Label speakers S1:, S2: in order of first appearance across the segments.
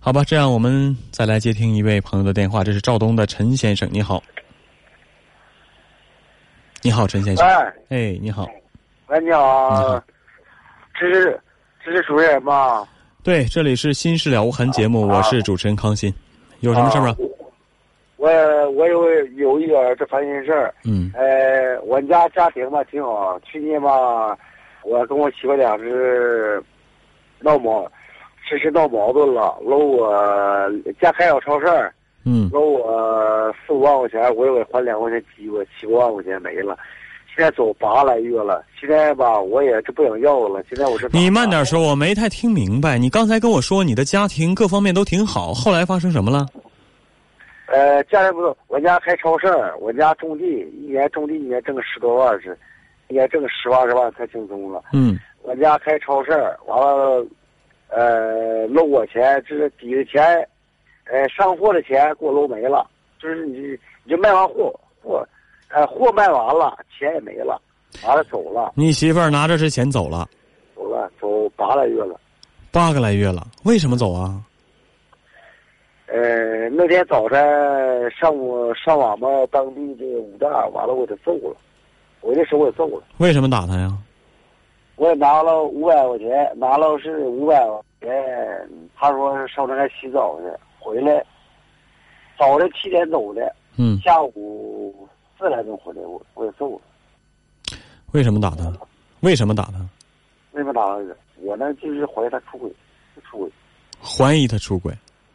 S1: 好吧，这样我们再来接听一位朋友的电话，这是肇东的陈先生，你好。你好，陈先生。
S2: 哎，
S1: 哎，你好。
S2: 喂，你
S1: 你
S2: 好
S1: 好，
S2: 这是这是主持人吗？
S1: 对，这里是《新事了无痕》节目，我是主持人康欣。有什么事儿吗
S2: 啊？我我有有一点儿这烦心事儿，
S1: 嗯
S2: 呃，我们家家庭吧挺好，去年吧，我跟我媳妇俩是闹矛，是是闹矛盾了，搂我家开小超市儿，
S1: 嗯
S2: 搂我四五万块钱，我又给还两块钱鸡巴，七八万块钱没了。现在走八来月了，现在吧我也是不想要了。现在我是
S1: 你慢点说，我没太听明白。你刚才跟我说你的家庭各方面都挺好，后来发生什么了？
S2: 呃，家里不是，我家开超市儿，我家种地，一年种地一年挣个十多万是，一年挣个十万二十万太轻松了。
S1: 嗯
S2: 我家开超市儿，完了，呃，搂我钱，这是抵的钱，呃，上货的钱给我搂没了，就是你你就卖完货货，呃，货卖完了，钱也没了，完了走了
S1: 你媳妇儿拿着这钱走了，
S2: 走了走八个月了。
S1: 八个来月了，为什么走啊？
S2: 呃，那天早晨上午上俺们当地的武站，完了我给揍了，我这手给揍了，
S1: 为什么打他呀？
S2: 我也拿了五百块钱，拿了是五百块钱，他说是上那儿洗澡去，回来早晨七点走的，
S1: 嗯，
S2: 下午四点钟回来，我我给揍了，
S1: 为什么打他？为什么打他？
S2: 那边打了人，我呢就是怀疑他出轨，就出轨，
S1: 怀疑他出轨。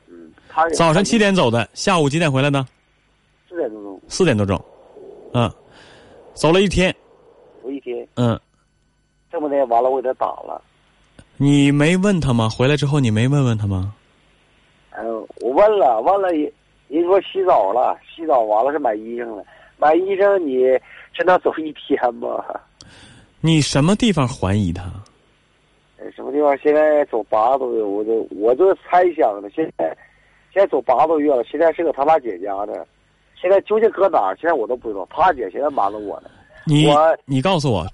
S2: 嗯，他
S1: 早晨七
S2: 点
S1: 点走的，下午几点回来的？
S2: 四点钟，
S1: 四点多钟。嗯，走了一天。
S2: 我一天
S1: 嗯，
S2: 这么的，完了我给他打了。
S1: 你没问他吗？回来之后你没问问他吗？
S2: 嗯，我问了，问了也，人说洗澡了，洗澡完了是买衣裳了，买衣裳你真能走一天吗？
S1: 你什么地方怀疑他？
S2: 呃什么地方现在走八个多月，我就我就猜想的，现在现在走八个多月了，现在是搁他爸姐家呢，现在究竟搁哪儿？现在我都不知道，他姐现在瞒着我呢。
S1: 你
S2: 我
S1: 你告诉我，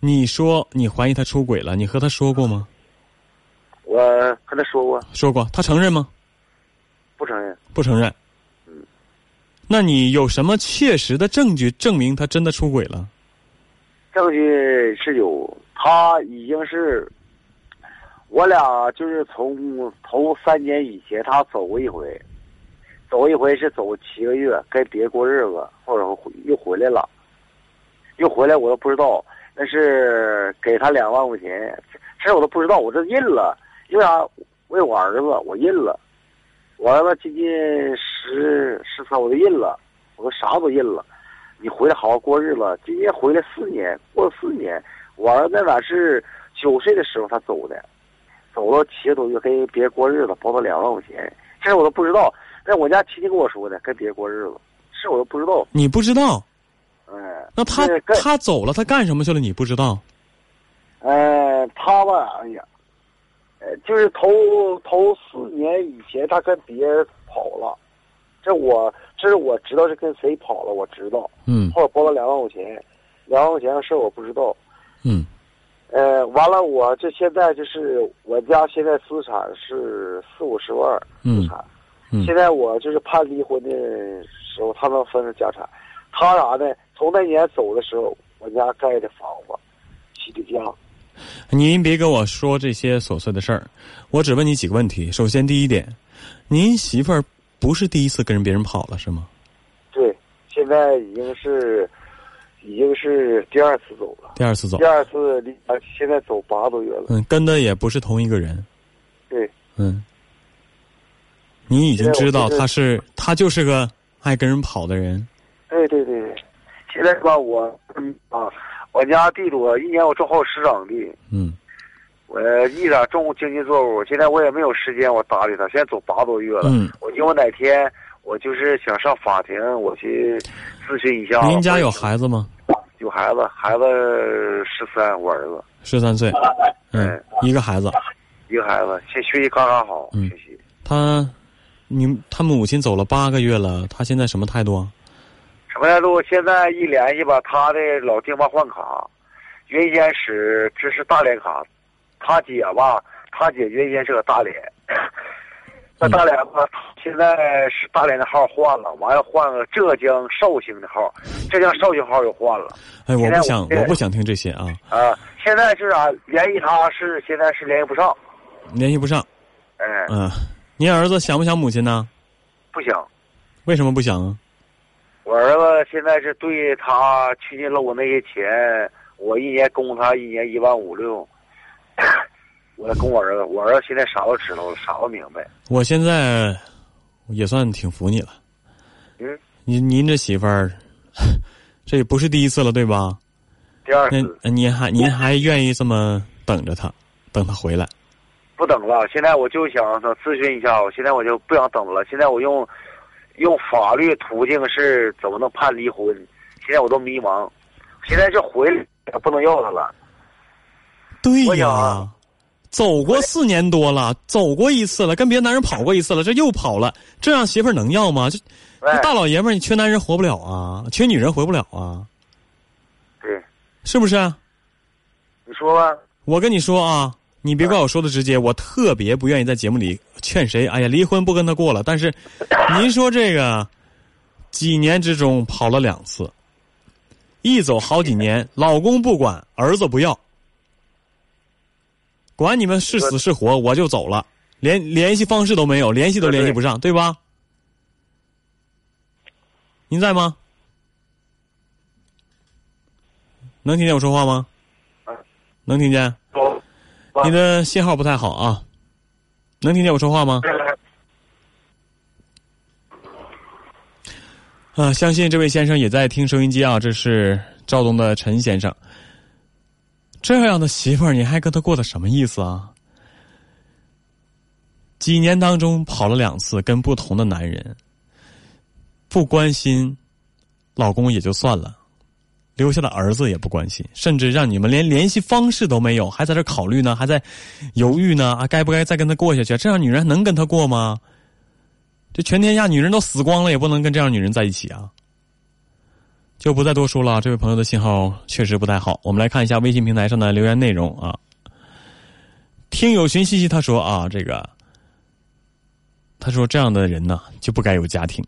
S1: 你说你怀疑他出轨了，你和他说过吗？
S2: 我跟他说过，
S1: 说过，他承认吗？
S2: 不承认，
S1: 不承认。那你有什么切实的证据证明他真的出轨了？
S2: 证据是有，他已经是。我俩就是从头三年以前，他走过一回，走一回是走七个月，跟别人过日子，后来回又回来了，又回来我都不知道，那是给他两万块钱，这这我都不知道，我这印了，因为啥？为我儿子，我印了，我儿子今年十十三，我都印了，我都啥都印了，你回来好好过日子。今年回来四年，过了四年，我儿子那哪是九岁的时候他走的，走了七个多月跟别人过日子，包他两万块钱，这我都不知道。那我家亲戚跟我说的，跟别人过日子，是我都不知道。
S1: 你不知道？
S2: 嗯，
S1: 那他
S2: 这跟
S1: 他走了，他干什么去了？你不知道？
S2: 呃，他吧，哎呀，呃，就是头头四年以前，他跟别人跑了，这我这是我知道是跟谁跑了，我知道，
S1: 嗯
S2: 后来包了两万块钱，两万块钱的事儿我不知道。
S1: 嗯
S2: 呃，完了，我这现在就是我家现在资产是四五十万资
S1: 嗯
S2: 产，
S1: 嗯
S2: 现在我就是判离婚的时候，他们分了家产。他啥呢？从那年走的时候，我家盖的房子，起的家，
S1: 您别跟我说这些琐碎的事儿，我只问你几个问题。首先，第一点，您媳妇儿不是第一次跟别人跑了是吗？
S2: 对，现在已经是，已经是第二次走了，
S1: 第二次走
S2: 第，二次离啊，现在走八个多月了。哎
S1: 嗯，跟的也不是同一个人，
S2: 对，
S1: 嗯。你已经知道
S2: 现在我觉得
S1: 他是他就是个爱跟人跑的人，
S2: 对对对，对现在吧，我嗯啊，我家地主啊一年我种好十亩地，
S1: 嗯
S2: 我一点种经济作物，现在我也没有时间我搭理他，现在走八个多月了。
S1: 嗯。
S2: 我寻思哪天我就是想上法庭，我去咨询一下。
S1: 您家有孩子吗？
S2: 有孩子，孩子十三，我儿子
S1: 十三 岁，嗯
S2: 哎，
S1: 一个孩子。
S2: 一个孩子，现学习嘎嘎好，
S1: 嗯
S2: 学习
S1: 他，你他母亲走了八个月了，他现在什么态度啊？
S2: 什么态度？现在一联系吧，他的老爹妈换卡，原先使这是大连卡，他姐吧，他姐原先是个大连，在大连吧，现在是大连的号换了，完了换了浙江绍兴的号，浙江绍兴号又换了
S1: 哎，我
S2: 现
S1: 不
S2: 在我
S1: 想，
S2: 这
S1: 我不想听这些啊，
S2: 啊、现在是啊，联系他是现在是联系不上，
S1: 联系不上。
S2: 哎、
S1: 嗯、您儿子想不想母亲呢？
S2: 不行。
S1: 为什么不想啊？
S2: 我儿子现在是对他去年搂我那些钱，我一年供他一年一万五六，我供我儿子，我儿子现在啥都知道了，啥都明白。
S1: 我现在也算挺服你了。
S2: 嗯，
S1: 您您这媳妇儿， 这也不是第一次了，对吧？
S2: 第二次
S1: 那您还您还愿意这么等着她，等她回来？
S2: 不等了，现在我就想说咨询一下，我现在我就不想等了，现在我用用法律途径是怎么能判离婚？现在我都迷茫，现在这回来不能要他了，
S1: 对
S2: 我想
S1: 呀
S2: 啊，
S1: 走过四年多了，走过一次了，跟别的男人跑过一次了，这又跑了，这让媳妇儿能要吗？这
S2: 喂，
S1: 大老爷们儿，你缺男人活不了啊，缺女人活不了啊，
S2: 对，
S1: 是啊不是？
S2: 你说吧，
S1: 我跟你说啊，你别怪我说的直接，我特别不愿意在节目里劝谁，哎呀，离婚不跟他过了。但是，您说这个，几年之中跑了两次，一走好几年，老公不管，儿子不要，管你们是死是活，我就走了，连联系方式都没有，联系都联系不上，对吧？您在吗？能听见我说话吗
S2: 嗯？
S1: 能听见？
S2: 走，吧
S1: 你的信号不太好啊，能听见我说话吗？啊，相信这位先生也在听收音机啊，这是赵东的陈先生。这样的媳妇儿，你还跟他过的什么意思啊？几年当中跑了两次，跟不同的男人，不关心老公也就算了，留下的儿子也不关心，甚至让你们连联系方式都没有，还在这考虑呢，还在犹豫呢，啊，该不该再跟他过下去？这样女人还能跟他过吗？这全天下女人都死光了，也不能跟这样女人在一起啊！就不再多说了啊，这位朋友的信号确实不太好。我们来看一下微信平台上的留言内容啊。听友寻西西他说啊，这个他说这样的人呢就不该有家庭。